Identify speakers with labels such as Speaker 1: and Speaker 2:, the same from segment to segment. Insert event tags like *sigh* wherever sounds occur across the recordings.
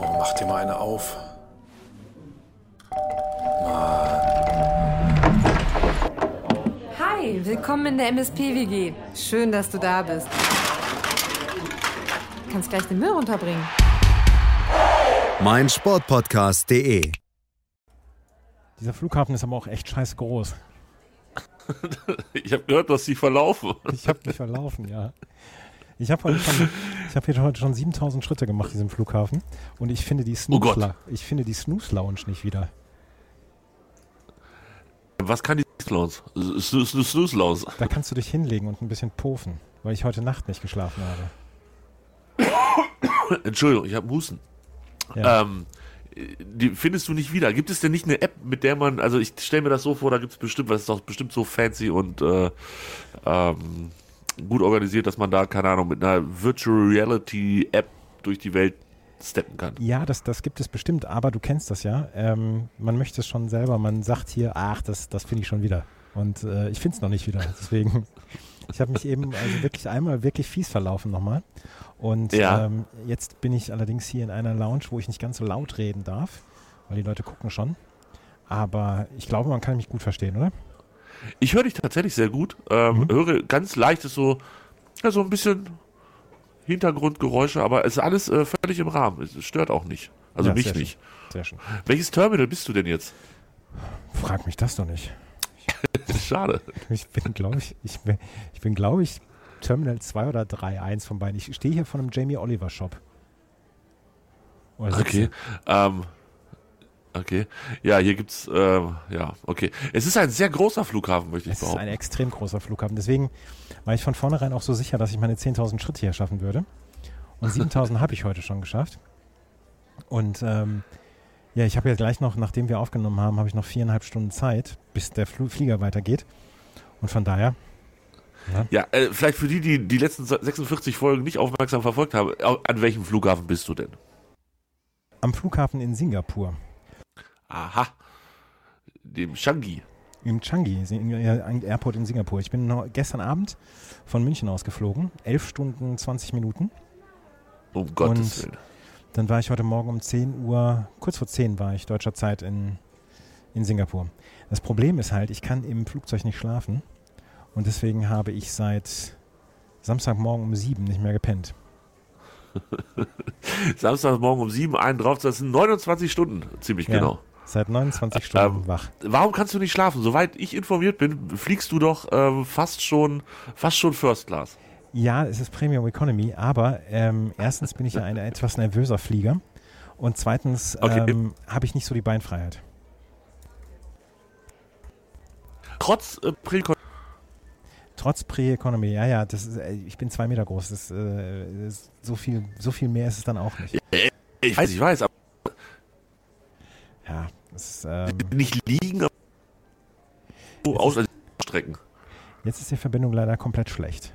Speaker 1: Oh, dir mal eine auf.
Speaker 2: Hi, willkommen in der MSP-WG. Schön, dass du da bist. Du kannst gleich den Müll runterbringen.
Speaker 3: mein Sportpodcast.de.
Speaker 4: Dieser Flughafen ist aber auch echt scheiß groß.
Speaker 5: Ich habe gehört, dass sie verlaufen.
Speaker 4: Ich habe mich verlaufen, ja. Ich habe heute schon, ich habe hier heute schon 7000 Schritte gemacht, diesem Flughafen. Und ich finde die
Speaker 5: Gott.
Speaker 4: Snooze, ich finde die Snooze Lounge nicht wieder.
Speaker 5: Was kann die Snooze? Snooze, Snooze, Laus.
Speaker 4: Da kannst du dich hinlegen und ein bisschen pofen, weil ich heute Nacht nicht geschlafen habe.
Speaker 5: *laughs* Entschuldigung, ich habe Husten.
Speaker 4: Ja.
Speaker 5: Ähm, die findest du nicht wieder. Gibt es denn nicht eine App, mit der man, also ich stelle mir das so vor, da gibt es bestimmt, weil es ist doch bestimmt so fancy und äh, ähm, gut organisiert, dass man da, keine Ahnung, mit einer Virtual Reality App durch die Welt steppen kann.
Speaker 4: Ja, das, das gibt es bestimmt, aber du kennst das ja. Ähm, man möchte es schon selber. Man sagt hier, ach, das, das finde ich schon wieder. Und äh, ich finde es noch nicht wieder. Deswegen, *laughs* ich habe mich eben also wirklich einmal wirklich fies verlaufen nochmal. Und
Speaker 5: Ja.
Speaker 4: ähm, jetzt bin ich allerdings hier in einer Lounge, wo ich nicht ganz so laut reden darf, weil die Leute gucken schon. Aber ich glaube, man kann mich gut verstehen, oder?
Speaker 5: Ich höre dich tatsächlich sehr gut. Ähm,
Speaker 4: Mhm.
Speaker 5: Höre ganz leichtes so, ja, so ein bisschen Hintergrundgeräusche, aber es ist alles äh, völlig im Rahmen. Es stört auch nicht. Also
Speaker 4: Ja,
Speaker 5: mich
Speaker 4: sehr
Speaker 5: nicht.
Speaker 4: Schön. Sehr schön.
Speaker 5: Welches Terminal bist du denn jetzt? *laughs*
Speaker 4: Frag mich das doch nicht.
Speaker 5: Schade.
Speaker 4: Ich bin, glaube ich, ich bin, ich bin, glaube ich, Terminal 2 oder 3, eins von beiden. Ich stehe hier vor einem Jamie Oliver Shop. Also, Oder sitze.
Speaker 5: Okay. Ähm, okay. Ja, hier gibt's, ähm, ja, okay. Es ist ein sehr großer Flughafen, möchte ich
Speaker 4: Es ist ein
Speaker 5: behaupten.
Speaker 4: extrem großer Flughafen. Deswegen war ich von vornherein auch so sicher, dass ich meine 10.000 Schritte hier schaffen würde. Und 7.000 habe ich heute schon geschafft. Und ähm, ja, ich habe ja gleich noch, nachdem wir aufgenommen haben, habe ich noch viereinhalb Stunden Zeit, bis der Flu Flieger weitergeht. Und von daher,
Speaker 5: Ja, äh, vielleicht für die, die die letzten 46 Folgen nicht aufmerksam verfolgt haben, au- an welchem Flughafen bist du denn?
Speaker 4: am Flughafen in Singapur,
Speaker 5: Aha. Dem Changi.
Speaker 4: im Changi, Sing- ja, ein Airport in Singapur. Ich bin noch gestern Abend von München ausgeflogen, 11 Stunden 20 Minuten.
Speaker 5: Um
Speaker 4: Und-
Speaker 5: Gottes Willen.
Speaker 4: Dann war ich heute Morgen um 10 Uhr, kurz vor 10 war ich deutscher Zeit in, in Singapur. Das Problem ist halt, ich kann im Flugzeug nicht schlafen. Und deswegen habe ich seit Samstagmorgen um 7 nicht mehr gepennt.
Speaker 5: Samstagmorgen um 7, einen drauf, das sind 29 Stunden, ziemlich
Speaker 4: Ja.
Speaker 5: genau.
Speaker 4: Seit 29 Stunden
Speaker 5: Ähm,
Speaker 4: wach.
Speaker 5: Warum kannst du nicht schlafen? Soweit ich informiert bin, fliegst du doch ähm, fast schon, fast schon First Class.
Speaker 4: Ja, es ist Premium Economy, aber ähm, erstens bin ich ja ein *laughs* etwas nervöser Flieger. Und zweitens
Speaker 5: Okay.
Speaker 4: ähm, habe ich nicht so die Beinfreiheit.
Speaker 5: Trotz äh, Pre
Speaker 4: Trotz Pre-Economy, ja, ja, das ist, äh, ich bin zwei Meter groß. Das, äh, ist so, viel, so viel mehr ist es dann auch nicht.
Speaker 5: Ich weiß, ich weiß, aber
Speaker 4: Ja, das ist, ähm,
Speaker 5: nicht liegen, aber so aus, also strecken.
Speaker 4: Jetzt ist die Verbindung leider komplett schlecht.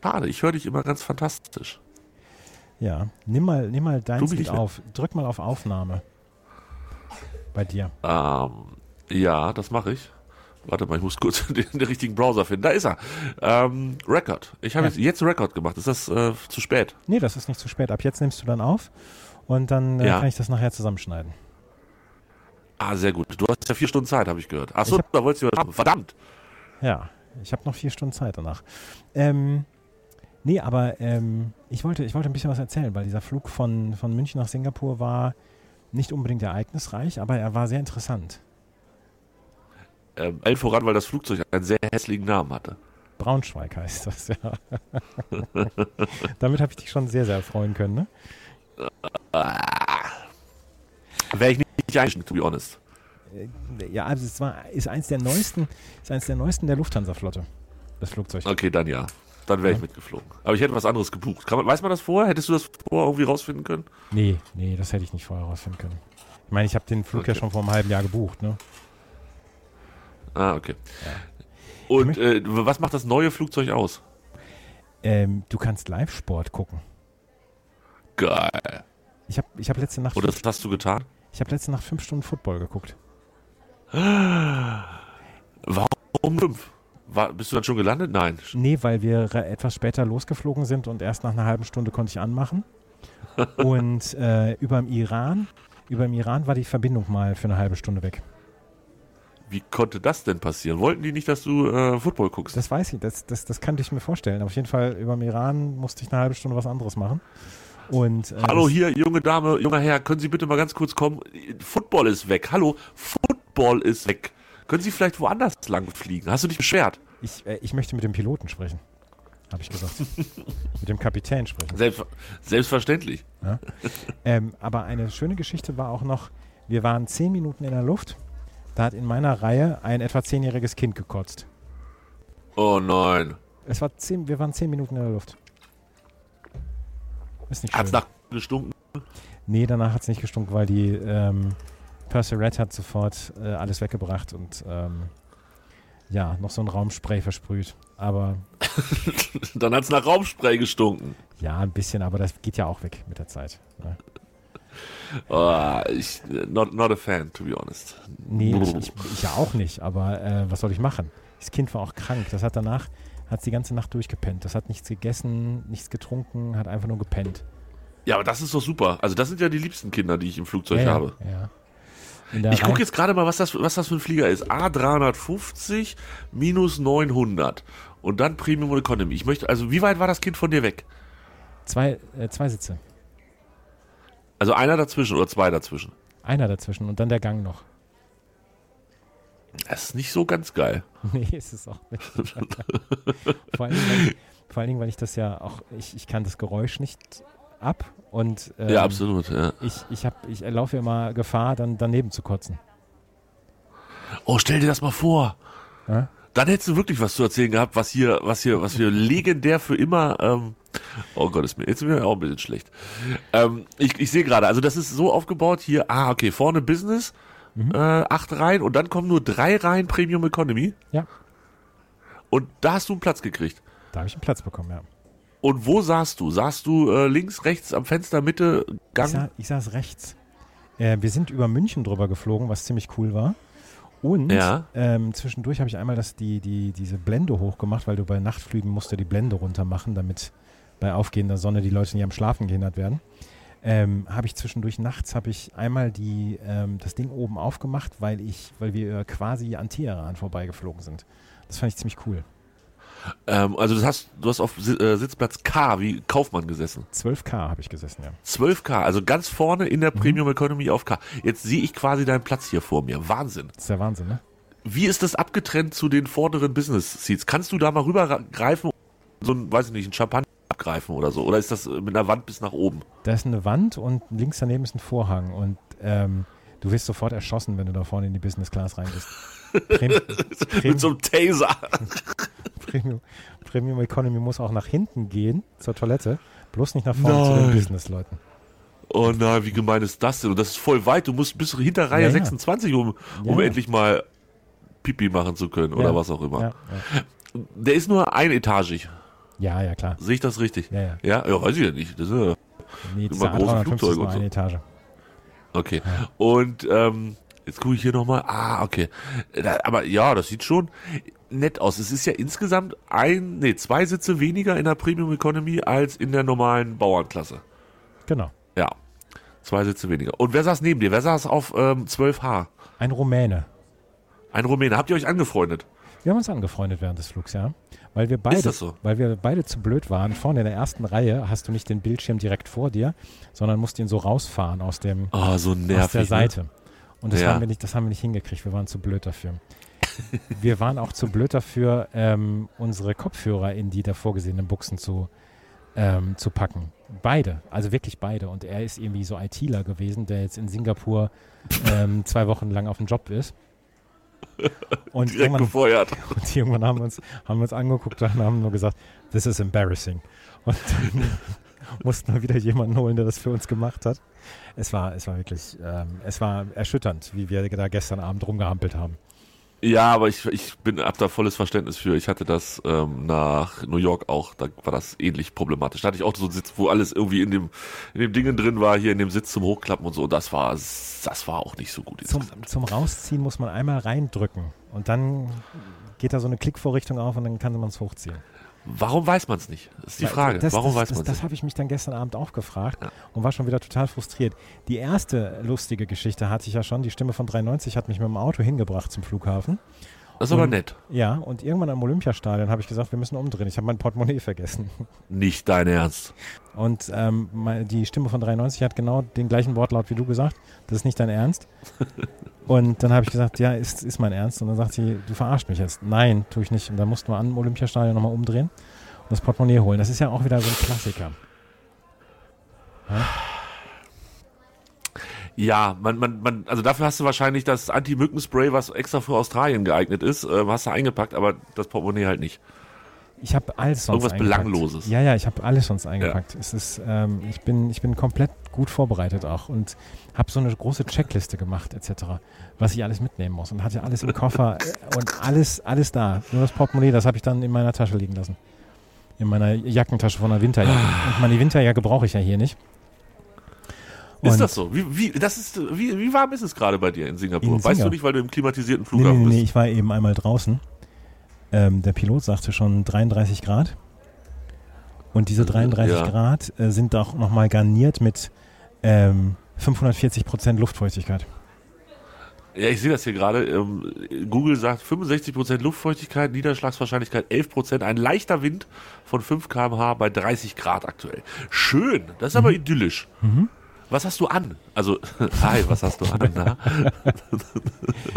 Speaker 5: Schade, ich höre dich immer ganz fantastisch.
Speaker 4: Ja, nimm mal, nimm mal dein
Speaker 5: Du bist
Speaker 4: Lied
Speaker 5: nicht mehr-
Speaker 4: auf. Drück mal auf Aufnahme. Bei dir.
Speaker 5: Ähm, ja, das mache ich. Warte mal, ich muss kurz *laughs* den, den richtigen Browser finden. Da ist er. Ähm, Record. Ich habe
Speaker 4: Ja.
Speaker 5: jetzt, jetzt Record gemacht. Ist das äh, zu spät?
Speaker 4: Nee, das ist nicht zu spät. Ab jetzt nimmst du dann auf und dann äh,
Speaker 5: Ja.
Speaker 4: kann ich das nachher zusammenschneiden.
Speaker 5: Ah, sehr gut. Du hast ja vier Stunden Zeit, habe ich gehört. Achso,
Speaker 4: Ich hab-
Speaker 5: da wolltest du ja. Verdammt!
Speaker 4: Ja, ich habe noch vier Stunden Zeit danach. Ähm, nee, aber ähm, ich, wollte, ich wollte ein bisschen was erzählen, weil dieser Flug von, von München nach Singapur war nicht unbedingt ereignisreich, aber er war sehr interessant.
Speaker 5: Ähm, allen voran, weil das Flugzeug einen sehr hässlichen Namen hatte.
Speaker 4: Braunschweig heißt das, ja. Damit habe ich dich schon sehr, sehr erfreuen können, ne?
Speaker 5: Wäre ich nicht, nicht eingeschnitten, to be honest.
Speaker 4: Ja, also es war, ist eins der neuesten, ist eins der neuesten der Lufthansa-Flotte. Das Flugzeug.
Speaker 5: Okay, dann ja. Dann wäre ich mitgeflogen. Aber ich hätte was anderes gebucht. Kann man, weiß man das vorher? Hättest du das vorher irgendwie rausfinden können?
Speaker 4: Nee, nee, das hätte ich nicht vorher rausfinden können. Ich meine, ich habe den Flug ja
Speaker 5: Okay.
Speaker 4: schon vor einem halben Jahr gebucht, ne?
Speaker 5: Ah, okay. Und äh, was macht das neue Flugzeug aus?
Speaker 4: Ähm, du kannst Live-Sport gucken.
Speaker 5: Geil.
Speaker 4: Ich habe ich hab letzte, Nacht-
Speaker 5: Und das hast du getan?
Speaker 4: ich hab letzte Nacht fünf Stunden Football geguckt.
Speaker 5: Um fünf. War, bist du dann schon gelandet? Nein. *laughs*
Speaker 4: Nee, weil wir re- etwas später losgeflogen sind und erst nach einer halben Stunde konnte ich anmachen. Und äh, überm Iran, überm Iran war die Verbindung mal für eine halbe Stunde weg.
Speaker 5: Wie konnte das denn passieren? Wollten die nicht, dass du äh, Football guckst?
Speaker 4: Das weiß ich, das, das, das kannte ich mir vorstellen. Auf jeden Fall überm Iran musste ich eine halbe Stunde was anderes machen. Und, äh,
Speaker 5: Hallo
Speaker 4: das-
Speaker 5: hier, junge Dame, junger Herr, können Sie bitte mal ganz kurz kommen? Football ist weg. Hallo, Football ist weg. Können Sie vielleicht woanders lang fliegen? Hast du dich beschwert?
Speaker 4: Ich, äh, ich möchte mit dem Piloten sprechen, habe ich
Speaker 5: *laughs*
Speaker 4: gesagt. mit dem Kapitän sprechen.
Speaker 5: Selbst, selbstverständlich.
Speaker 4: Ähm, aber eine schöne Geschichte war auch noch, wir waren zehn Minuten in der Luft, da hat in meiner Reihe ein etwa zehnjähriges Kind gekotzt.
Speaker 5: Oh nein.
Speaker 4: Es war zehn, wir waren zehn Minuten in der Luft. Ist nicht
Speaker 5: Hat's
Speaker 4: schön.
Speaker 5: nach gestunken? *laughs*
Speaker 4: Nee, danach hat es nicht gestunken, weil die ähm, Percy Red hat sofort äh, alles weggebracht und ähm, ja, noch so ein Raumspray versprüht. Aber
Speaker 5: Dann hat's nach Raumspray gestunken.
Speaker 4: ja, ein bisschen, aber das geht ja auch weg mit der Zeit. Ne?
Speaker 5: Ah, ich, not, not a fan, to be honest.
Speaker 4: Nee, ich, ich, ich ja auch nicht, aber äh, was soll ich machen? Das Kind war auch krank. Das hat danach, hat die ganze Nacht durchgepennt. Das hat nichts gegessen, nichts getrunken, hat einfach nur gepennt.
Speaker 5: Ja, aber das ist doch super. Also das sind ja die liebsten Kinder, die ich im Flugzeug
Speaker 4: ja,
Speaker 5: habe.
Speaker 4: Ja. ja. In der
Speaker 5: Ich gucke
Speaker 4: Reihe-
Speaker 5: jetzt gerade mal, was das, was das für ein Flieger ist. A350 minus 900. Und dann Premium Economy. Ich möchte, also wie weit war das Kind von dir weg?
Speaker 4: zwei, äh, zwei Sitze.
Speaker 5: Also einer dazwischen oder zwei dazwischen.
Speaker 4: Einer dazwischen und dann der Gang noch. *laughs*
Speaker 5: Das ist nicht so
Speaker 4: *laughs*
Speaker 5: ganz geil.
Speaker 4: Nee, ist es auch nicht. vor, allen Dingen, weil, vor allen Dingen, weil ich das ja auch, ich, ich kann das Geräusch nicht ab und ähm,
Speaker 5: ja, absolut. Ja.
Speaker 4: ich, ich, hab, ich laufe immer Gefahr, dann daneben zu kotzen.
Speaker 5: Oh, stell dir das mal vor.
Speaker 4: Hä?
Speaker 5: Dann hättest du wirklich was zu erzählen gehabt, was hier, was hier, was wir legendär für immer. Ähm, oh Gott, ist mir jetzt ist mir auch ein bisschen schlecht. Ähm, ich ich sehe gerade, also das ist so aufgebaut hier. Ah, okay, vorne Business,
Speaker 4: Mhm.
Speaker 5: äh, acht Reihen und dann kommen nur drei Reihen Premium Economy
Speaker 4: Ja,
Speaker 5: und da hast du einen Platz gekriegt.
Speaker 4: da habe ich einen Platz bekommen, ja.
Speaker 5: Und wo saßt du? Saßt du äh, links, rechts, am Fenster, Mitte,
Speaker 4: Ich, sa
Speaker 5: Gang?
Speaker 4: ich saß rechts. Äh, wir sind über München drüber geflogen, was ziemlich cool war. Und
Speaker 5: Ja.
Speaker 4: ähm, zwischendurch habe ich einmal das, die, die, diese Blende hochgemacht, weil du bei Nachtflügen musst du die Blende runter machen, damit bei aufgehender Sonne die Leute nicht am Schlafen gehindert werden. Ähm, habe ich zwischendurch nachts habe ich einmal die, ähm, das Ding oben aufgemacht, weil ich, weil wir äh, quasi an Teheran vorbeigeflogen sind. Das fand ich ziemlich cool.
Speaker 5: Ähm, also das hast, du hast auf Si- äh, Sitzplatz K wie Kaufmann gesessen.
Speaker 4: 12K habe ich gesessen, ja.
Speaker 5: 12K, also ganz vorne in
Speaker 4: Mhm.
Speaker 5: der Premium Economy auf K. Jetzt sehe ich quasi deinen Platz hier vor mir. Wahnsinn.
Speaker 4: Das ist der Wahnsinn, ne?
Speaker 5: Wie ist das abgetrennt zu den vorderen Business Seats? Kannst du da mal rübergreifen, und so ein, weiß ich nicht, ein Champagner abgreifen oder so? Oder ist das äh, mit einer Wand bis nach oben?
Speaker 4: Da ist eine Wand und links daneben ist ein Vorhang und ähm, du wirst sofort erschossen, wenn du da vorne in die Business Class reingehst.
Speaker 5: *laughs*
Speaker 4: Prem Premium,
Speaker 5: Mit so einem Taser. *laughs*
Speaker 4: Premium, Premium Economy muss auch nach hinten gehen zur Toilette, bloß nicht nach vorne zu den
Speaker 5: Nein.
Speaker 4: Business-Leuten.
Speaker 5: Oh nein, wie gemein ist das denn? Und das ist voll weit. Du musst bis hinter Reihe
Speaker 4: Ja, ja.
Speaker 5: 26, um, um
Speaker 4: Ja, ja.
Speaker 5: endlich mal Pipi machen zu können
Speaker 4: Ja.
Speaker 5: oder was auch immer.
Speaker 4: Ja, ja.
Speaker 5: Der ist nur einetagig.
Speaker 4: ja, ja klar.
Speaker 5: Sehe ich das richtig?
Speaker 4: Ja, ja.
Speaker 5: Ja, ja weiß ich ja nicht. Das ist ja
Speaker 4: Nee,
Speaker 5: Über
Speaker 4: dieser
Speaker 5: große
Speaker 4: A350
Speaker 5: Flugzeuge
Speaker 4: ist nur
Speaker 5: und so.
Speaker 4: eine Etage.
Speaker 5: Okay. Und ähm, jetzt gucke ich hier nochmal. Ah, okay. Da, aber ja, das sieht schon nett aus. Es ist ja insgesamt ein, nee, zwei Sitze weniger in der Premium Economy als in der normalen Bauernklasse.
Speaker 4: Genau.
Speaker 5: Ja. Zwei Sitze weniger. Und wer saß neben dir? Wer saß auf ähm, 12H?
Speaker 4: Ein Rumäne.
Speaker 5: Ein Rumäne. Habt ihr euch angefreundet?
Speaker 4: Wir haben uns angefreundet während des Flugs, ja. Weil wir beide,
Speaker 5: das so?
Speaker 4: weil wir beide zu blöd waren. Vorne in der ersten Reihe hast du nicht den Bildschirm direkt vor dir, sondern musst ihn so rausfahren aus dem
Speaker 5: Ah, so nervig.
Speaker 4: aus der Seite. Und das,
Speaker 5: Ja.
Speaker 4: haben wir nicht, das haben wir nicht hingekriegt. Wir waren zu blöd
Speaker 5: *laughs*
Speaker 4: dafür. wir waren auch zu blöd dafür, ähm, unsere Kopfhörer in die davor gesehenen Buchsen zu, ähm, zu packen. Beide, also wirklich beide. Und er ist irgendwie so ITler gewesen, der jetzt in
Speaker 5: *laughs*
Speaker 4: Singapur ähm, zwei Wochen lang auf dem Job ist. Und
Speaker 5: Ne? Direkt
Speaker 4: irgendwann,
Speaker 5: gefeuert.
Speaker 4: und irgendwann haben wir uns, haben wir uns angeguckt und haben nur gesagt, this is embarrassing. Und dann mussten wir wieder jemanden holen, der das für uns gemacht hat. Es war, es war wirklich, ähm, es war erschütternd, wie wir da gestern Abend rumgehampelt haben.
Speaker 5: Ja, aber ich, ich bin ab da volles Verständnis für. Ich hatte das ähm, nach New York auch, da war das ähnlich problematisch. Da hatte ich auch so einen Sitz, wo alles irgendwie in dem, in dem Dingen drin war, hier in dem Sitz zum Hochklappen und so. Und das war, das war auch nicht so gut
Speaker 4: Zum,
Speaker 5: insgesamt.
Speaker 4: zum Rausziehen muss man einmal reindrücken und dann geht da so eine Klickvorrichtung auf und dann kann man es hochziehen.
Speaker 5: Warum weiß man es nicht? Das ist die Frage.
Speaker 4: Das,
Speaker 5: Warum
Speaker 4: das,
Speaker 5: weiß
Speaker 4: das,
Speaker 5: man es
Speaker 4: Das
Speaker 5: nicht?
Speaker 4: habe ich mich dann gestern Abend auch gefragt und war schon wieder total frustriert. Die erste lustige Geschichte hatte ich ja schon. Die Stimme von 93 hat mich mit dem Auto hingebracht zum Flughafen.
Speaker 5: Das ist aber
Speaker 4: Und-
Speaker 5: nett.
Speaker 4: Ja, und irgendwann am Olympiastadion habe ich gesagt, wir müssen umdrehen. Ich habe mein Portemonnaie vergessen.
Speaker 5: Nicht dein Ernst.
Speaker 4: Und ähm, mal- die Stimme von 93 hat genau den gleichen Wortlaut wie du gesagt. Das ist nicht dein Ernst. Und dann habe ich gesagt, ja, ist, ist mein Ernst. Und dann sagt sie, du verarscht mich jetzt. Nein, tue ich nicht. Und dann mussten wir am Olympiastadion nochmal umdrehen und das Portemonnaie holen. Das ist ja auch wieder so ein Klassiker.
Speaker 5: Ja, man, man, man, also dafür hast du wahrscheinlich das Anti-Mückenspray, was extra für Australien geeignet ist, äh, hast du eingepackt, aber das Portemonnaie halt nicht.
Speaker 4: Ich habe alles sonst
Speaker 5: Irgendwas
Speaker 4: eingepackt.
Speaker 5: Belangloses.
Speaker 4: Ja, ja, ich habe alles sonst eingepackt. Es ist, ähm, ich, bin, ich bin komplett gut vorbereitet auch und habe so eine große Checkliste gemacht etc., was ich alles mitnehmen muss und hatte alles im
Speaker 5: *laughs*
Speaker 4: Koffer äh, und alles, alles da. Nur das Portemonnaie, das habe ich dann in meiner Tasche liegen lassen. In meiner Jackentasche von der
Speaker 5: *sighs*
Speaker 4: Winterjacke. Und meine Winterjacke brauche ich ja hier nicht.
Speaker 5: Ist
Speaker 4: Und-
Speaker 5: das so? Wie, wie, das ist, äh, wie, wie warm ist es gerade bei dir in Singapur?
Speaker 4: In
Speaker 5: weißt
Speaker 4: Singapur.
Speaker 5: du nicht, weil du im klimatisierten
Speaker 4: Nee, nee,
Speaker 5: Flughafen
Speaker 4: nee, nee,
Speaker 5: bist?
Speaker 4: ich war eben einmal draußen. Ähm, der Pilot sagte schon 33 Grad. Und diese 33
Speaker 5: Äh, Ja.
Speaker 4: Grad äh, sind auch nochmal garniert mit ähm, 540 Prozent Luftfeuchtigkeit.
Speaker 5: Ja, ich sehe das hier gerade. Ähm, Google sagt 65% Luftfeuchtigkeit, Niederschlagswahrscheinlichkeit 11%, ein leichter Wind von 5 km/h bei 30 Grad aktuell. Schön, das ist
Speaker 4: Mhm.
Speaker 5: aber idyllisch. Was hast du an? Also, *laughs* hi, was hast du an?
Speaker 4: *laughs*
Speaker 5: Na?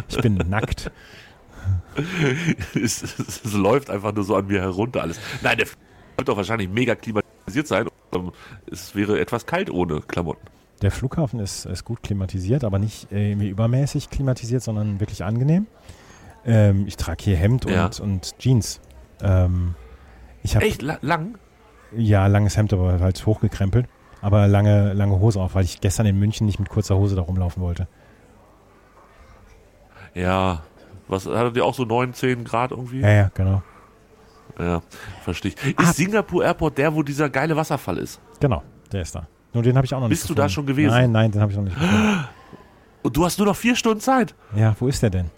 Speaker 4: Ich
Speaker 5: *laughs*
Speaker 4: bin nackt.
Speaker 5: es, es, es läuft einfach nur so an mir herunter alles. Nein, der F- wird doch wahrscheinlich mega klimatisiert sein. Ähm, Es wäre etwas kalt ohne Klamotten.
Speaker 4: Der Flughafen ist, ist gut klimatisiert, aber nicht äh, irgendwie übermäßig klimatisiert, sondern wirklich angenehm. Ähm, ich trage hier Hemd und,
Speaker 5: Ja.
Speaker 4: und Jeans. Ähm, ich habe
Speaker 5: Echt la lang?
Speaker 4: ja langes Hemd, aber halt hochgekrempelt, aber lange, lange Hose auf, weil ich gestern in München nicht mit kurzer Hose da rumlaufen wollte.
Speaker 5: Ja. Was hattet ihr auch so 9, 10 Grad irgendwie?
Speaker 4: Ja, ja, genau.
Speaker 5: Ja, verstehe ich. Ist
Speaker 4: Ah.
Speaker 5: Singapur Airport der, wo dieser geile Wasserfall ist?
Speaker 4: Genau, der ist da. Nur den habe ich auch noch nicht
Speaker 5: Bist du da
Speaker 4: gefunden.
Speaker 5: schon gewesen?
Speaker 4: Nein, nein, den habe ich noch nicht gefunden.
Speaker 5: Und du hast nur noch vier Stunden Zeit.
Speaker 4: Ja, wo ist der denn?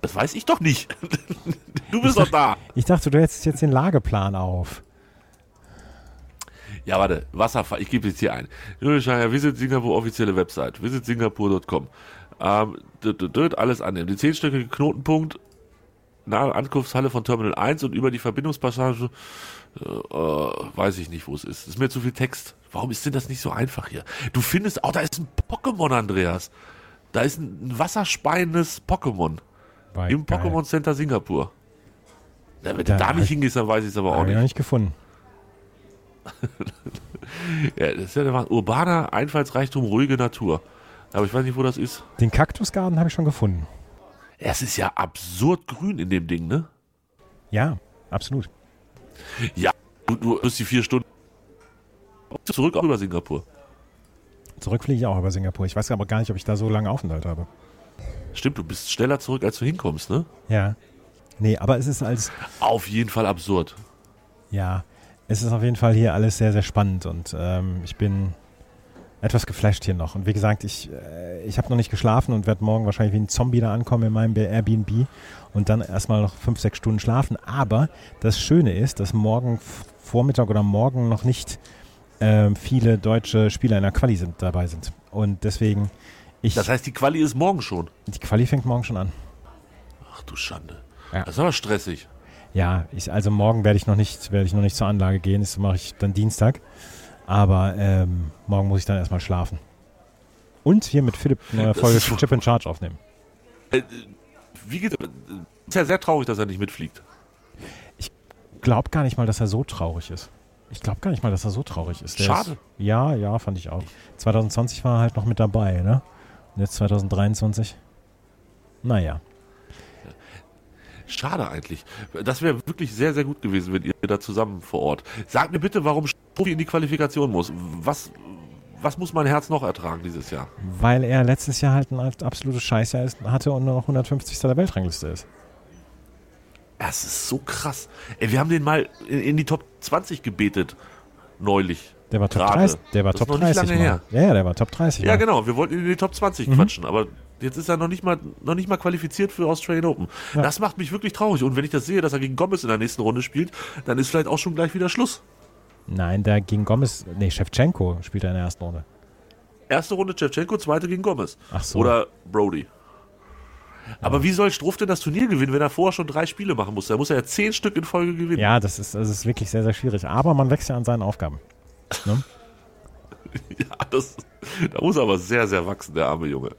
Speaker 5: Das weiß ich doch nicht. *laughs* Du bist doch da.
Speaker 4: Ich dachte, du hättest jetzt den Lageplan auf.
Speaker 5: Ja, warte, Wasserfall, ich gebe jetzt hier ein. Rüdiger, Visit Singapur offizielle Website, visitsingapur.com. Ähm, död, död, död, alles annehmen. Den zehnstöckige Knotenpunkt nahe Ankunftshalle von Terminal 1 und über die Verbindungspassage, äh, äh, weiß ich nicht, wo es ist. Ist mir zu viel Text. Warum ist denn das nicht so einfach hier? Du findest, oh, da ist ein Pokémon, Andreas. Da ist ein, ein wasserspeiendes Pokémon
Speaker 4: Bei
Speaker 5: im
Speaker 4: geil.
Speaker 5: Pokémon Center Singapur. Ja, wenn
Speaker 4: Da-
Speaker 5: du da nicht hingehst, dann weiß ich es aber auch
Speaker 4: Hab ich noch nicht
Speaker 5: nicht.
Speaker 4: gefunden.
Speaker 5: Ja, das ist ja der Wahnsinn. urbaner Einfallsreichtum, ruhige Natur. Aber ich weiß nicht, wo das ist.
Speaker 4: Den Kaktusgarten habe ich schon gefunden.
Speaker 5: Es ist ja absurd grün in dem Ding, ne?
Speaker 4: Ja, absolut.
Speaker 5: Ja, du, du bist die vier Stunden zurück auch über Singapur.
Speaker 4: Zurückfliege ich auch über Singapur. Ich weiß aber gar nicht, ob ich da so lange Aufenthalt habe.
Speaker 5: Stimmt, du bist schneller zurück, als du hinkommst, ne?
Speaker 4: Ja. Nee, aber es ist als,
Speaker 5: Auf jeden Fall absurd.
Speaker 4: ja, es ist auf jeden Fall hier alles sehr, sehr spannend und ähm, ich bin etwas geflasht hier noch. Und wie gesagt, ich, äh, ich habe noch nicht geschlafen und werde morgen wahrscheinlich wie ein Zombie da ankommen in meinem Airbnb und dann erstmal noch fünf, sechs Stunden schlafen. Aber das Schöne ist, dass morgen F- Vormittag oder morgen noch nicht ähm, viele deutsche Spieler in der Quali sind, dabei sind. Und deswegen, ich,
Speaker 5: Das heißt, die Quali ist morgen schon.
Speaker 4: die Quali fängt morgen schon an.
Speaker 5: Ach du Schande.
Speaker 4: Ja.
Speaker 5: Das ist aber stressig.
Speaker 4: Ja, ich, also morgen werde ich noch nicht, werde ich noch nicht zur Anlage gehen. Das mache ich dann Dienstag. Aber ähm, morgen muss ich dann erstmal schlafen. Und hier mit Philipp eine neue
Speaker 5: Das
Speaker 4: Folge
Speaker 5: ist so-
Speaker 4: Chip and Charge aufnehmen.
Speaker 5: Äh, äh, Wie geht's? äh, Ist ja sehr traurig, dass er nicht mitfliegt.
Speaker 4: Glaub gar nicht mal, dass er so traurig ist. Ich glaube gar nicht mal, dass er so traurig ist.
Speaker 5: Schade.
Speaker 4: Ist, ja, ja, fand ich auch. 2020 war er halt noch mit dabei, ne? Und jetzt 2023. Naja.
Speaker 5: Schade eigentlich. Das wäre wirklich sehr, sehr gut gewesen, wenn ihr da zusammen vor Ort. Sagt mir bitte, warum Profi in die Qualifikation muss. Was, was muss mein Herz noch ertragen dieses Jahr?
Speaker 4: Weil er letztes Jahr halt ein absolutes Scheißjahr ist, hatte und nur noch 150. der Weltrangliste ist.
Speaker 5: Das ist so krass. Ey, wir haben den mal in, in die Top 20 gebetet. Neulich.
Speaker 4: Der war Top
Speaker 5: Gerade.
Speaker 4: 30. Der war
Speaker 5: Das
Speaker 4: Top
Speaker 5: ist noch nicht
Speaker 4: 30.
Speaker 5: lange
Speaker 4: mal.
Speaker 5: her.
Speaker 4: Ja, Mhm. ja, der war Top 30.
Speaker 5: Ja,
Speaker 4: mal.
Speaker 5: genau. Wir wollten in die Top 20 quatschen, aber Jetzt ist er noch nicht mal, noch nicht mal qualifiziert für Australian Open.
Speaker 4: Ja.
Speaker 5: Das macht mich wirklich traurig. Und wenn ich das sehe, dass er gegen Gomez in der nächsten Runde spielt, dann ist vielleicht auch schon gleich wieder Schluss.
Speaker 4: Nein, da gegen Gomez, nee, Shevchenko spielt er in der ersten Runde.
Speaker 5: Erste Runde Chevchenko, zweite gegen Gomez.
Speaker 4: Ach so.
Speaker 5: Oder Brody. Aber wie soll Struff denn das Turnier gewinnen, wenn er vorher schon drei Spiele machen muss? Da muss er ja zehn Stück in Folge gewinnen.
Speaker 4: Ja, das ist, das ist wirklich sehr, sehr schwierig. Aber man wächst ja an seinen Aufgaben.
Speaker 5: Ja, *laughs* das, da muss er aber sehr, sehr wachsen, der arme Junge.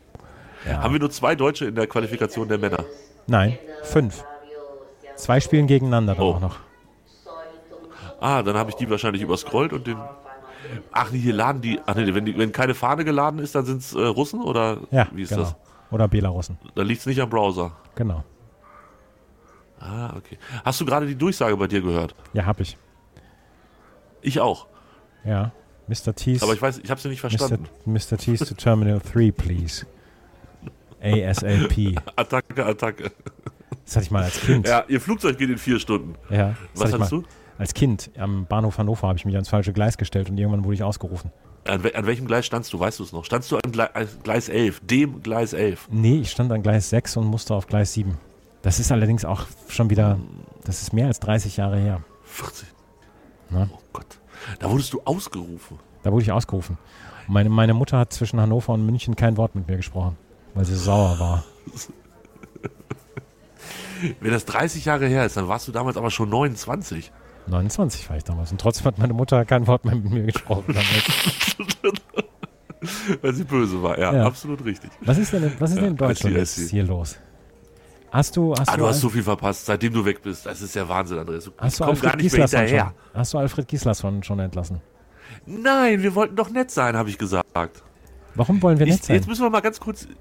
Speaker 4: Ja.
Speaker 5: Haben wir nur zwei Deutsche in der Qualifikation der Männer?
Speaker 4: Nein, fünf. Zwei spielen gegeneinander dann
Speaker 5: Oh.
Speaker 4: auch noch.
Speaker 5: Ah, dann habe ich die wahrscheinlich überscrollt und den. Ach nee, hier laden die. Ach nee, wenn, die, wenn keine Fahne geladen ist, dann sind es äh, Russen oder
Speaker 4: Ja,
Speaker 5: wie ist
Speaker 4: genau.
Speaker 5: das?
Speaker 4: Oder Belarusen.
Speaker 5: Da liegt es nicht am Browser.
Speaker 4: Genau.
Speaker 5: Ah, okay. Hast du gerade die Durchsage bei dir gehört?
Speaker 4: Ja, hab ich.
Speaker 5: Ich auch.
Speaker 4: Ja. Mr. Tees.
Speaker 5: Aber ich weiß, ich habe sie nicht
Speaker 4: Mr.
Speaker 5: verstanden.
Speaker 4: Mr. Tees to Terminal 3, please. ASAP.
Speaker 5: Attacke, Attacke.
Speaker 4: Das hatte ich mal als Kind.
Speaker 5: Ja, ihr Flugzeug geht in vier Stunden.
Speaker 4: Ja, das
Speaker 5: Was
Speaker 4: hatte ich
Speaker 5: hast
Speaker 4: mal.
Speaker 5: du?
Speaker 4: Als Kind am Bahnhof Hannover habe ich mich ans falsche Gleis gestellt und irgendwann wurde ich ausgerufen.
Speaker 5: An, we- an welchem Gleis standst du? Weißt du es noch? Standst du an Gle an Gleis 11? Dem Gleis 11?
Speaker 4: Nee, ich stand an Gleis 6 und musste auf Gleis 7. Das ist allerdings auch schon wieder, das ist mehr als 30 Jahre her.
Speaker 5: 14.
Speaker 4: Na?
Speaker 5: Oh Gott. Da wurdest du ausgerufen.
Speaker 4: Da wurde ich ausgerufen. Und meine, meine Mutter hat zwischen Hannover und München kein Wort mit mir gesprochen, weil sie sauer war.
Speaker 5: Wenn das 30 Jahre her ist, dann warst du damals aber schon 29.
Speaker 4: 29 war ich damals und trotzdem hat meine Mutter kein Wort mehr mit mir gesprochen. damals.
Speaker 5: *laughs* Weil sie böse war. Ja,
Speaker 4: Ja.
Speaker 5: absolut richtig.
Speaker 4: Was ist denn, in- was ist denn in
Speaker 5: Ja, I see,
Speaker 4: Deutschland
Speaker 5: I
Speaker 4: jetzt
Speaker 5: see.
Speaker 4: hier los? Hast du, hast
Speaker 5: Ah, du hast
Speaker 4: Al-
Speaker 5: so viel verpasst, seitdem du weg bist. Das ist ja Wahnsinn, Andreas. Du
Speaker 4: hast du
Speaker 5: kommst gar
Speaker 4: Alfred
Speaker 5: nicht mehr
Speaker 4: Gislason
Speaker 5: hinterher.
Speaker 4: schon? Hast du Alfred Gislason schon entlassen?
Speaker 5: Nein, wir wollten doch nett sein, habe ich gesagt.
Speaker 4: Warum wollen wir
Speaker 5: Ich,
Speaker 4: nett sein?
Speaker 5: jetzt müssen wir mal ganz kurz. *laughs*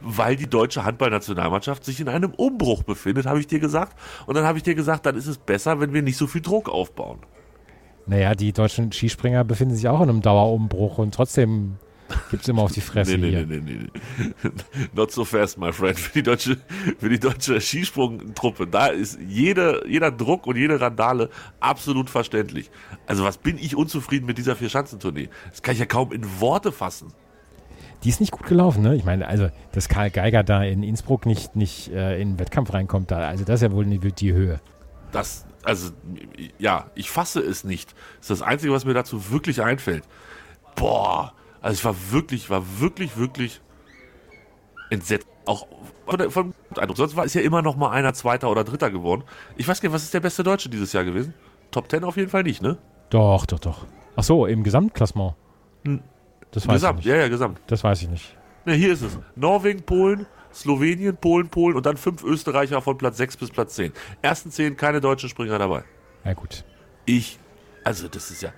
Speaker 5: Weil die deutsche Handballnationalmannschaft sich in einem Umbruch befindet, habe ich dir gesagt. Und dann habe ich dir gesagt, dann ist es besser, wenn wir nicht so viel Druck aufbauen.
Speaker 4: Naja, die deutschen Skispringer befinden sich auch in einem Dauerumbruch und trotzdem gibt es immer auf die Fresse
Speaker 5: *laughs* Nee, nee,
Speaker 4: hier.
Speaker 5: nee, nee, nee. nee. *laughs* Not so fast, my friend. Für die deutsche, für die deutsche Skisprungtruppe, da ist jede, jeder Druck und jede Randale absolut verständlich. Also was bin ich unzufrieden mit dieser Vierschanzentournee? Das kann ich ja kaum in Worte fassen.
Speaker 4: Die ist nicht gut gelaufen, ne? Ich meine, also, dass Karl Geiger da in Innsbruck nicht, nicht äh, in den Wettkampf reinkommt, da, also das ist ja wohl die, die Höhe.
Speaker 5: Das, also, ja, ich fasse es nicht. Das ist das Einzige, was mir dazu wirklich einfällt. Boah, also ich war wirklich, war wirklich, wirklich entsetzt. Auch von der, vom Eindruck. Sonst war es ja immer noch mal einer Zweiter oder Dritter geworden. Ich weiß gar nicht, was ist der beste Deutsche dieses Jahr gewesen? Top Ten auf jeden Fall nicht, ne?
Speaker 4: Doch, doch, doch. Ach so, im Gesamtklassement. Das weiß
Speaker 5: Hm. gesamt,
Speaker 4: ich nicht.
Speaker 5: ja, ja, gesamt.
Speaker 4: Das weiß ich nicht.
Speaker 5: Ne, hier ist es. Norwegen, Polen, Slowenien, Polen, Polen und dann fünf Österreicher von Platz 6 bis Platz 10. Ersten 10 keine deutschen Springer dabei.
Speaker 4: Ja, gut.
Speaker 5: Ich, also das ist ja,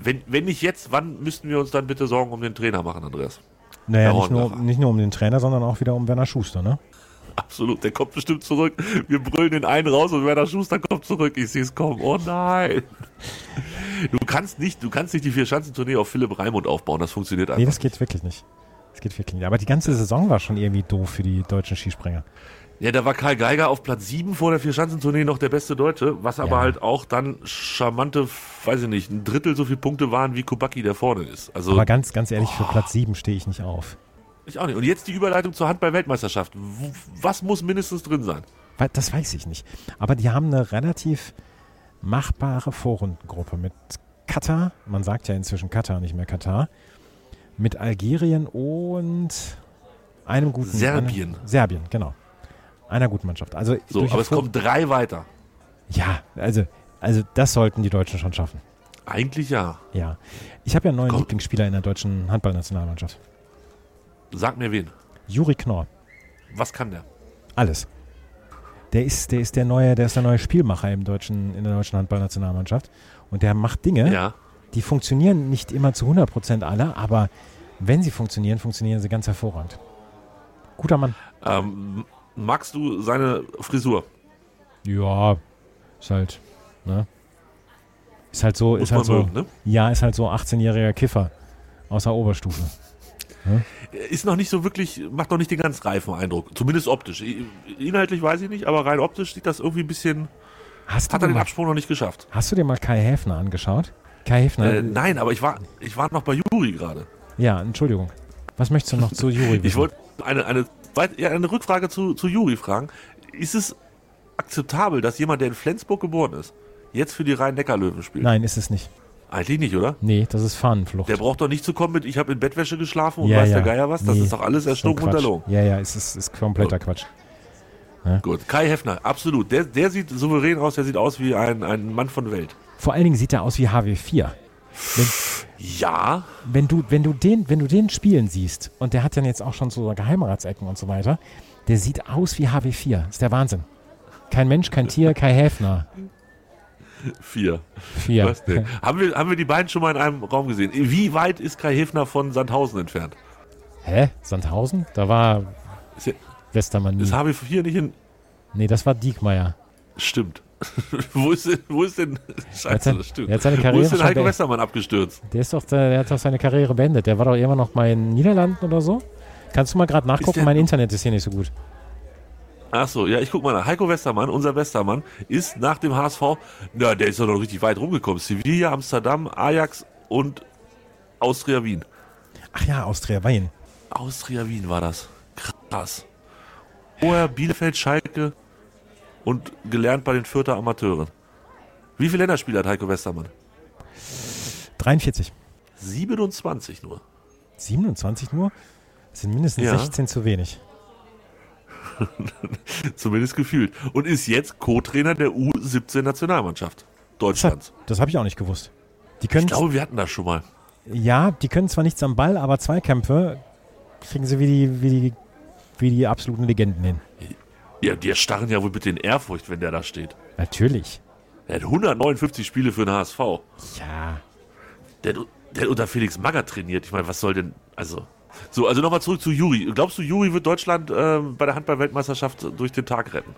Speaker 5: wenn, wenn nicht jetzt, wann müssten wir uns dann bitte Sorgen um den Trainer machen, Andreas? *laughs*
Speaker 4: Naja,
Speaker 5: Ja,
Speaker 4: nicht nur,
Speaker 5: Hornbacher.
Speaker 4: nicht nur um den Trainer, sondern auch wieder um Werner Schuster, ne?
Speaker 5: Absolut, der kommt bestimmt zurück. Wir brüllen den einen raus und Werner Schuster kommt zurück. Ich sehe es kommen. Oh nein. Du kannst nicht, du kannst nicht die vier Schanzentournee auf Philipp Raimund aufbauen. Das funktioniert
Speaker 4: Nee,
Speaker 5: einfach.
Speaker 4: das geht wirklich nicht. Das geht wirklich nicht. Aber die ganze Saison war schon irgendwie doof für die deutschen Skispringer.
Speaker 5: Ja, da war Karl Geiger auf Platz 7 vor der vier Schanzentournee noch der beste Deutsche, was aber
Speaker 4: Ja.
Speaker 5: halt auch dann charmante, weiß ich nicht, ein Drittel so viele Punkte waren wie Kubacki, der vorne ist. Also
Speaker 4: Aber ganz, ganz ehrlich, für Platz 7 stehe ich nicht auf.
Speaker 5: ich auch nicht. Und jetzt die Überleitung zur Handball-Weltmeisterschaft. W- Was muss mindestens drin sein?
Speaker 4: Weil- Das weiß ich nicht. Aber die haben eine relativ machbare Vorrundengruppe mit Katar, man sagt ja inzwischen Katar, nicht mehr Katar, mit Algerien und einem guten
Speaker 5: Serbien.
Speaker 4: Einem, Serbien, genau. Einer guten Mannschaft. Also
Speaker 5: So,
Speaker 4: durch die
Speaker 5: aber es
Speaker 4: Vor-
Speaker 5: kommen drei weiter.
Speaker 4: Ja, also, also das sollten die Deutschen schon schaffen.
Speaker 5: Eigentlich ja.
Speaker 4: Ja. Ich habe ja einen neuen
Speaker 5: Komm.
Speaker 4: Lieblingsspieler in der deutschen Handballnationalmannschaft.
Speaker 5: Sag mir wen.
Speaker 4: Juri Knorr.
Speaker 5: Was kann der?
Speaker 4: Alles. Der ist, der ist der neue, der ist der neue Spielmacher im deutschen, in der deutschen Handballnationalmannschaft. Und der macht Dinge,
Speaker 5: Ja.
Speaker 4: die funktionieren nicht immer zu 100% alle, aber wenn sie funktionieren, funktionieren sie ganz hervorragend. Guter Mann.
Speaker 5: Ähm, magst du seine Frisur?
Speaker 4: Ja, ist halt, ne? Ist halt so,
Speaker 5: Muss
Speaker 4: ist halt
Speaker 5: man
Speaker 4: so,
Speaker 5: mögen, ne?
Speaker 4: ja, ist halt so 18-jähriger Kiffer aus der Oberstufe.
Speaker 5: ne? Ist noch nicht so wirklich, macht noch nicht den ganz reifen Eindruck. Zumindest optisch. I- Inhaltlich weiß ich nicht, aber rein optisch sieht das irgendwie ein bisschen.
Speaker 4: Hast du,
Speaker 5: Hat er
Speaker 4: dir
Speaker 5: den
Speaker 4: mal,
Speaker 5: Absprung noch nicht geschafft?
Speaker 4: hast du dir mal Kai Häfner angeschaut? Kai Häfner,
Speaker 5: Äh, nein, aber ich war, ich war noch bei Juri gerade.
Speaker 4: ja, Entschuldigung. Was möchtest du noch zu Juri wissen?
Speaker 5: *laughs* Ich wollte eine, eine, weit- ja, eine Rückfrage zu, zu Juri fragen. Ist es akzeptabel, dass jemand, der in Flensburg geboren ist, jetzt für die Rhein-Neckar-Löwen spielt?
Speaker 4: Nein, ist es nicht.
Speaker 5: Eigentlich nicht, oder?
Speaker 4: Nee, das ist Fahnenflucht.
Speaker 5: Der braucht doch nicht zu kommen mit, ich habe in Bettwäsche geschlafen und weiß der Geier was. Das
Speaker 4: Nee,
Speaker 5: ist doch alles
Speaker 4: so ein
Speaker 5: erstunken und
Speaker 4: Quatsch.
Speaker 5: erlogen.
Speaker 4: Ja, ja, es ist, ist kompletter Quatsch. ne?
Speaker 5: Gut, Kai Heffner, absolut. Der, der sieht souverän aus, der sieht aus wie ein, ein Mann von Welt.
Speaker 4: Vor allen Dingen sieht er aus wie HW4.
Speaker 5: Ja,
Speaker 4: Wenn du, wenn du, den, wenn du den spielen siehst, und der hat dann jetzt auch schon so Geheimratsecken und so weiter, der sieht aus wie HW4. Ist der Wahnsinn. Kein Mensch, kein Tier, Kai Häfner.
Speaker 5: vier.
Speaker 4: Vier. *laughs*
Speaker 5: Was denn? Haben, wir, haben wir die beiden schon mal in einem Raum gesehen? Wie weit ist Kai Heffner von Sandhausen entfernt?
Speaker 4: Hä? Sandhausen? Da war
Speaker 5: Ist, ja-
Speaker 4: Westermann nie.
Speaker 5: ist HW4 nicht in.
Speaker 4: Nee, das war Diekmeier.
Speaker 5: Stimmt. *laughs* wo, ist denn, wo ist denn.
Speaker 4: hat
Speaker 5: Scheiße,
Speaker 4: sein-
Speaker 5: das stimmt.
Speaker 4: er hat seine
Speaker 5: wo
Speaker 4: Karriere
Speaker 5: ist denn
Speaker 4: schon
Speaker 5: Heiko
Speaker 4: beendet.
Speaker 5: Westermann abgestürzt?
Speaker 4: Der, ist doch, der, der hat doch seine Karriere beendet. Der war doch immer noch mal in den Niederlanden oder so. Kannst du mal gerade nachgucken?
Speaker 5: der-
Speaker 4: Mein Internet ist hier nicht so gut.
Speaker 5: Achso, ja, ich guck mal nach. Heiko Westermann, unser Westermann, ist nach dem HSV. Na, der ist doch noch richtig weit rumgekommen. Sevilla, Amsterdam, Ajax und Austria Wien.
Speaker 4: Ach ja, Austria Wein.
Speaker 5: Austria Wien war das. Krass. Vorher Bielefeld, Schalke und gelernt bei den Fürther Amateuren. Wie viele Länderspiele hat Heiko Westermann?
Speaker 4: 43.
Speaker 5: 27 nur.
Speaker 4: 27 nur? Das sind mindestens
Speaker 5: Ja.
Speaker 4: 16 zu wenig.
Speaker 5: Zumindest gefühlt. Und ist jetzt Co-Trainer der U17-Nationalmannschaft Deutschlands.
Speaker 4: Das habe ich auch nicht gewusst. Die können,
Speaker 5: Ich glaube, wir hatten das schon mal.
Speaker 4: ja, die können zwar nichts am Ball, aber Zweikämpfe kriegen sie wie die, wie die, wie die absoluten Legenden hin.
Speaker 5: Ja, die starren ja wohl bitte in Ehrfurcht, wenn der da steht.
Speaker 4: Natürlich.
Speaker 5: Der hat 159 Spiele für den HSV.
Speaker 4: Ja.
Speaker 5: Der, hat- der hat unter Felix Magger trainiert. Ich meine, was soll denn. Also. So, also nochmal zurück zu Juri. Glaubst du, Juri wird Deutschland äh, bei der Handball-Weltmeisterschaft durch den Tag retten?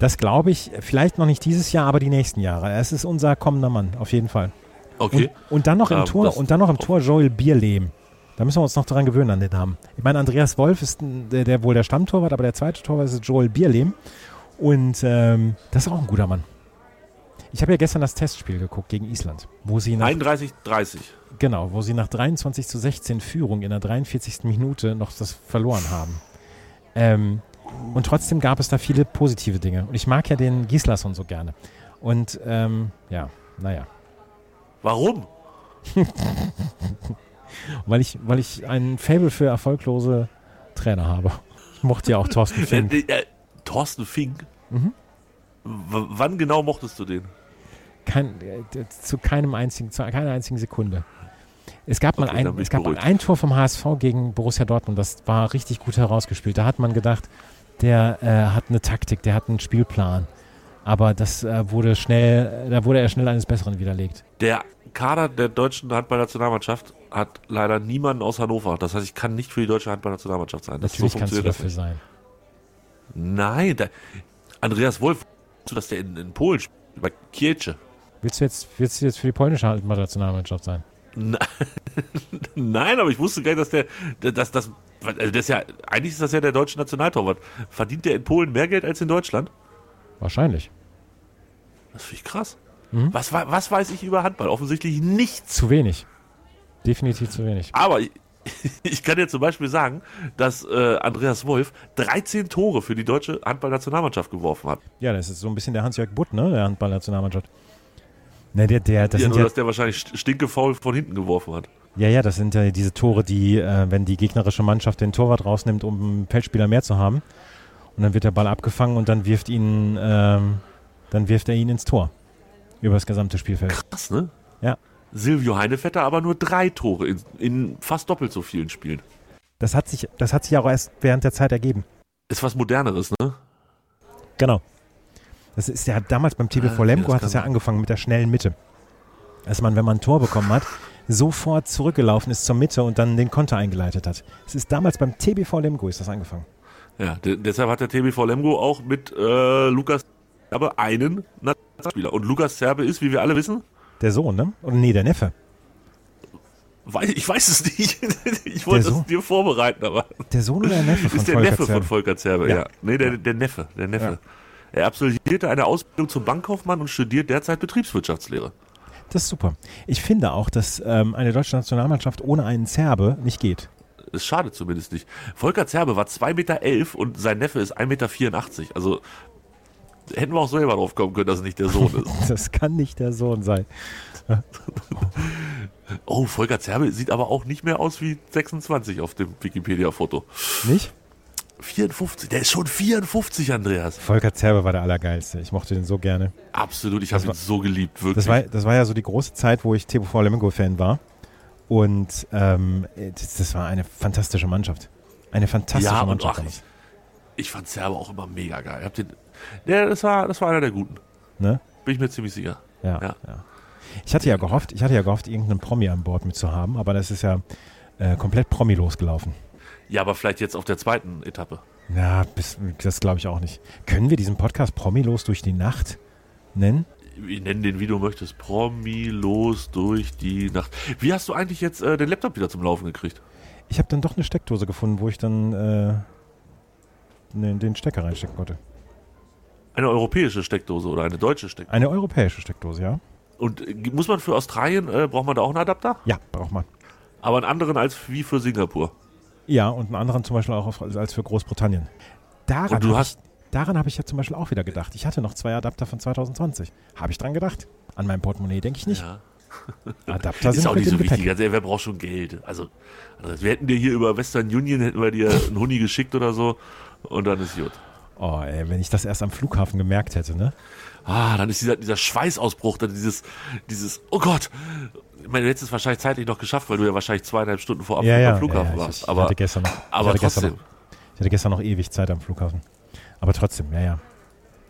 Speaker 4: Das glaube ich, vielleicht noch nicht dieses Jahr, aber die nächsten Jahre. Es ist unser kommender Mann, auf jeden Fall.
Speaker 5: Okay.
Speaker 4: Und, und dann noch im
Speaker 5: Ähm,
Speaker 4: Tor,
Speaker 5: das-
Speaker 4: und dann noch im Tor Joel Bierlehm. Da müssen wir uns noch daran gewöhnen an den Namen. Ich meine, Andreas Wolf ist ein- der, der wohl der Stammtorwart, aber der zweite Torwart ist Joel Bierlehm. Und ähm, das ist auch ein guter Mann. Ich habe ja gestern das Testspiel geguckt gegen Island, wo sie nach,
Speaker 5: 31, 30.
Speaker 4: genau, wo sie nach 23 zu 16 Führung in der 43. Minute noch das verloren haben. Ähm, und trotzdem gab es da viele positive Dinge. Und ich mag ja den Gislason so gerne. Und ähm, ja, naja.
Speaker 5: Warum?
Speaker 4: Weil ich, weil ich ein Fable für erfolglose Trainer habe. Ich mochte ja auch Thorsten Fink. Mhm.
Speaker 5: Äh, äh, Thorsten Fink? W wann genau mochtest du den?
Speaker 4: Kein, äh, zu keinem einzigen, zu keiner einzigen Sekunde. Es gab mal
Speaker 5: Okay, dann
Speaker 4: ein,
Speaker 5: bin
Speaker 4: es
Speaker 5: ich
Speaker 4: gab mal
Speaker 5: beruhigt.
Speaker 4: ein Tor vom HSV gegen Borussia Dortmund. Das war richtig gut herausgespielt. Da hat man gedacht, der äh, hat eine Taktik, der hat einen Spielplan. Aber das äh, wurde schnell, da wurde er schnell eines Besseren widerlegt.
Speaker 5: Der Kader der deutschen Handballnationalmannschaft hat leider niemanden aus Hannover. Das heißt, ich kann nicht für die deutsche Handballnationalmannschaft sein. Das
Speaker 4: Natürlich
Speaker 5: so
Speaker 4: kannst du
Speaker 5: funktioniert das
Speaker 4: dafür
Speaker 5: nicht.
Speaker 4: sein.
Speaker 5: Nein, da, Andreas Wolf, wusstest du, dass der in, in Polen spielt, bei Kielce.
Speaker 4: Willst du jetzt, willst du jetzt für die polnische Nationalmannschaft sein?
Speaker 5: *laughs* Nein, aber ich wusste gar nicht, dass der, dass das, also das ist ja, eigentlich ist das ja der deutsche Nationaltorwart. Verdient der in Polen mehr Geld als in Deutschland?
Speaker 4: Wahrscheinlich.
Speaker 5: Das finde ich krass.
Speaker 4: Mhm.
Speaker 5: Was, wa- was weiß ich über Handball? Offensichtlich nichts.
Speaker 4: Zu wenig. Definitiv zu wenig.
Speaker 5: Aber *laughs* ich, ich kann dir zum Beispiel sagen, dass äh, Andreas Wolf 13 Tore für die deutsche Handballnationalmannschaft geworfen hat.
Speaker 4: Ja, das ist so ein bisschen der Hans-Jörg Butt, ne? Der Handballnationalmannschaft. Ne, der, der, das
Speaker 5: Ja,
Speaker 4: sind
Speaker 5: nur,
Speaker 4: ja,
Speaker 5: dass der wahrscheinlich st- stinkefaul von hinten geworfen hat.
Speaker 4: ja, ja, das sind ja diese Tore, die, äh, wenn die gegnerische Mannschaft den Torwart rausnimmt, um einen Feldspieler mehr zu haben. Und dann wird der Ball abgefangen und dann wirft ihn, ähm, dann wirft er ihn ins Tor. Über das gesamte Spielfeld.
Speaker 5: Krass, ne?
Speaker 4: Ja.
Speaker 5: Silvio Heinevetter aber nur drei Tore in, in fast doppelt so vielen Spielen.
Speaker 4: Das hat sich, das hat sich auch erst während der Zeit ergeben.
Speaker 5: Ist was Moderneres, ne?
Speaker 4: Genau. Das ist ja damals beim TBV
Speaker 5: Ah,
Speaker 4: Lemgo
Speaker 5: das
Speaker 4: hat es
Speaker 5: kann-
Speaker 4: ja angefangen mit der schnellen Mitte. Dass man, wenn man ein Tor bekommen hat, sofort zurückgelaufen ist zur Mitte und dann den Konter eingeleitet hat. Es ist damals beim TBV Lemgo ist das angefangen.
Speaker 5: Ja, de deshalb hat der TBV Lemgo auch mit äh, Lukas Serbe einen Nationalspieler. Und Lukas Serbe ist, wie wir alle wissen,
Speaker 4: Der Sohn, ne? Oder nee, der Neffe.
Speaker 5: weiß, ich weiß es nicht. *laughs* ich wollte
Speaker 4: Der so-
Speaker 5: es dir vorbereiten, aber
Speaker 4: Der Sohn oder der Neffe von
Speaker 5: *laughs* ist der
Speaker 4: Volker
Speaker 5: Neffe
Speaker 4: Zerbe?
Speaker 5: von Volker Zerbe,
Speaker 4: Ja.
Speaker 5: ja. Nee, der, der Neffe, der Neffe. Er absolvierte eine Ausbildung zum Bankkaufmann und studiert derzeit Betriebswirtschaftslehre.
Speaker 4: Das ist super. Ich finde auch, dass ähm, eine deutsche Nationalmannschaft ohne einen Serbe nicht geht. *laughs*
Speaker 5: Es schadet zumindest nicht. Volker Zerbe war 2,11 Meter elf und sein Neffe ist 1,84 Meter. Also hätten wir auch selber drauf kommen können, dass es nicht der Sohn
Speaker 4: *laughs*
Speaker 5: ist.
Speaker 4: Das kann nicht der Sohn sein.
Speaker 5: Oh, Volker Zerbe sieht aber auch nicht mehr aus wie 26 auf dem Wikipedia-Foto.
Speaker 4: Nicht?
Speaker 5: 54, der ist schon 54, Andreas.
Speaker 4: Volker Zerbe war der Allergeilste. Ich mochte den so gerne.
Speaker 5: Absolut, ich habe ihn
Speaker 4: war-
Speaker 5: so geliebt, wirklich.
Speaker 4: Das war, das war ja so die große Zeit, wo ich TBV Lemmingo-Fan war. Und ähm, das, das war eine fantastische Mannschaft. Eine fantastische
Speaker 5: ja, und
Speaker 4: Mannschaft.
Speaker 5: ach, ich, ich fand Serbe auch immer mega geil. Hab den, der, das, war, das war einer der guten,
Speaker 4: ne?
Speaker 5: bin ich mir ziemlich sicher.
Speaker 4: ja,
Speaker 5: Ja.
Speaker 4: ja. Ich hatte ja gehofft, ich hatte ja gehofft, irgendeinen Promi an Bord mit zu haben, aber das ist ja äh, komplett Promi losgelaufen.
Speaker 5: Ja, aber vielleicht jetzt auf der zweiten Etappe.
Speaker 4: Ja, bis, das glaube ich auch nicht. Können wir diesen Podcast Promilos durch die Nacht nennen?
Speaker 5: Wir nennen den, wie du möchtest, Promilos durch die Nacht. Wie hast du eigentlich jetzt äh, den Laptop wieder zum Laufen gekriegt?
Speaker 4: Ich habe dann doch eine Steckdose gefunden, wo ich dann äh, den, den Stecker reinstecken konnte.
Speaker 5: Eine europäische Steckdose oder eine deutsche Steckdose?
Speaker 4: Eine europäische Steckdose, ja?
Speaker 5: Und äh, muss man für Australien, äh, braucht man da auch einen Adapter?
Speaker 4: Ja, braucht man.
Speaker 5: Aber einen anderen als wie für Singapur.
Speaker 4: Ja, und einen anderen zum Beispiel auch auf, als für Großbritannien. Daran
Speaker 5: Und du
Speaker 4: hab
Speaker 5: hast-
Speaker 4: ich, daran habe ich ja zum Beispiel auch wieder gedacht. Ich hatte noch zwei Adapter von 2020. Habe ich dran gedacht? An meinem Portemonnaie denke ich nicht.
Speaker 5: Ja.
Speaker 4: Adapter
Speaker 5: *laughs* ist
Speaker 4: sind
Speaker 5: auch
Speaker 4: mit
Speaker 5: nicht so
Speaker 4: im Gepäck.
Speaker 5: wichtig. Also, wer braucht schon Geld? Also, also, wir hätten dir hier über Western Union, hätten wir dir einen Huni geschickt oder so. Und dann ist gut.
Speaker 4: Oh, ey, wenn ich das erst am Flughafen gemerkt hätte, ne?
Speaker 5: Ah, dann ist dieser, dieser Schweißausbruch, dann dieses, dieses, oh Gott. Ich meine, du hättest es wahrscheinlich zeitlich noch geschafft, weil du ja wahrscheinlich zweieinhalb Stunden vor Abflug am Flughafen
Speaker 4: ich-
Speaker 5: warst.
Speaker 4: Ich,
Speaker 5: Aber
Speaker 4: hatte gestern noch, ich
Speaker 5: aber
Speaker 4: hatte gestern
Speaker 5: trotzdem.
Speaker 4: Noch, ich hatte gestern noch ewig Zeit am Flughafen. Aber trotzdem, ja, ja.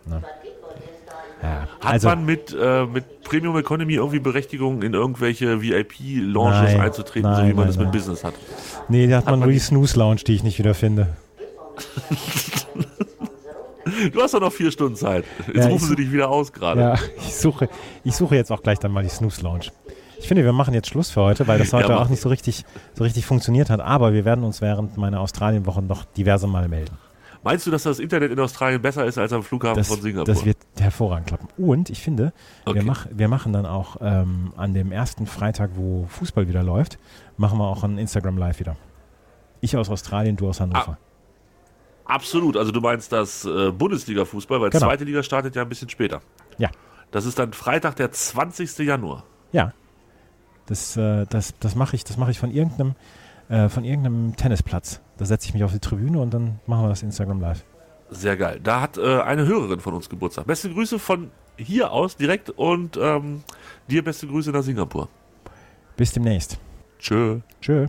Speaker 4: Na. ja.
Speaker 5: hat
Speaker 4: also,
Speaker 5: man mit, äh, mit Premium Economy irgendwie Berechtigung, in irgendwelche VIP-Lounges
Speaker 4: Nein,
Speaker 5: einzutreten, so
Speaker 4: nein,
Speaker 5: wie
Speaker 4: nein,
Speaker 5: man das mit
Speaker 4: nein.
Speaker 5: Business hat?
Speaker 4: nee, da hat, man nur die Snooze Lounge, die ich nicht wieder finde.
Speaker 5: Du hast doch noch vier Stunden Zeit. Jetzt
Speaker 4: Ja,
Speaker 5: rufen
Speaker 4: ich-
Speaker 5: sie dich wieder aus gerade.
Speaker 4: Ja, *laughs* ich suche, ich suche jetzt auch gleich dann mal die Snooze Lounge. Ich finde, wir machen jetzt Schluss für heute, weil das heute
Speaker 5: mach.
Speaker 4: auch nicht so richtig, so richtig funktioniert hat. Aber wir werden uns während meiner Australienwoche noch diverse Mal melden.
Speaker 5: Meinst du, dass das Internet in Australien besser ist als am Flughafen
Speaker 4: Das,
Speaker 5: von Singapur?
Speaker 4: das wird hervorragend klappen. Und ich finde,
Speaker 5: Okay.
Speaker 4: wir, mach, wir machen dann auch ähm, an dem ersten Freitag, wo Fußball wieder läuft, machen wir auch ein Instagram Live wieder. Ich aus Australien, du aus Hannover.
Speaker 5: Ah. Absolut. Also du meinst das äh, Bundesliga-Fußball, weil
Speaker 4: Genau.
Speaker 5: zweite Liga startet ja ein bisschen später.
Speaker 4: Ja.
Speaker 5: Das ist dann Freitag, der 20. Januar.
Speaker 4: Ja. Das, äh, das, das mache ich, das mache ich von irgendeinem, äh, von irgendeinem Tennisplatz. Da setze ich mich auf die Tribüne und dann machen wir das Instagram Live.
Speaker 5: Sehr geil. Da hat äh, eine Hörerin von uns Geburtstag. Beste Grüße von hier aus direkt und ähm, dir beste Grüße nach Singapur.
Speaker 4: Bis demnächst.
Speaker 5: Tschö.
Speaker 4: Tschö.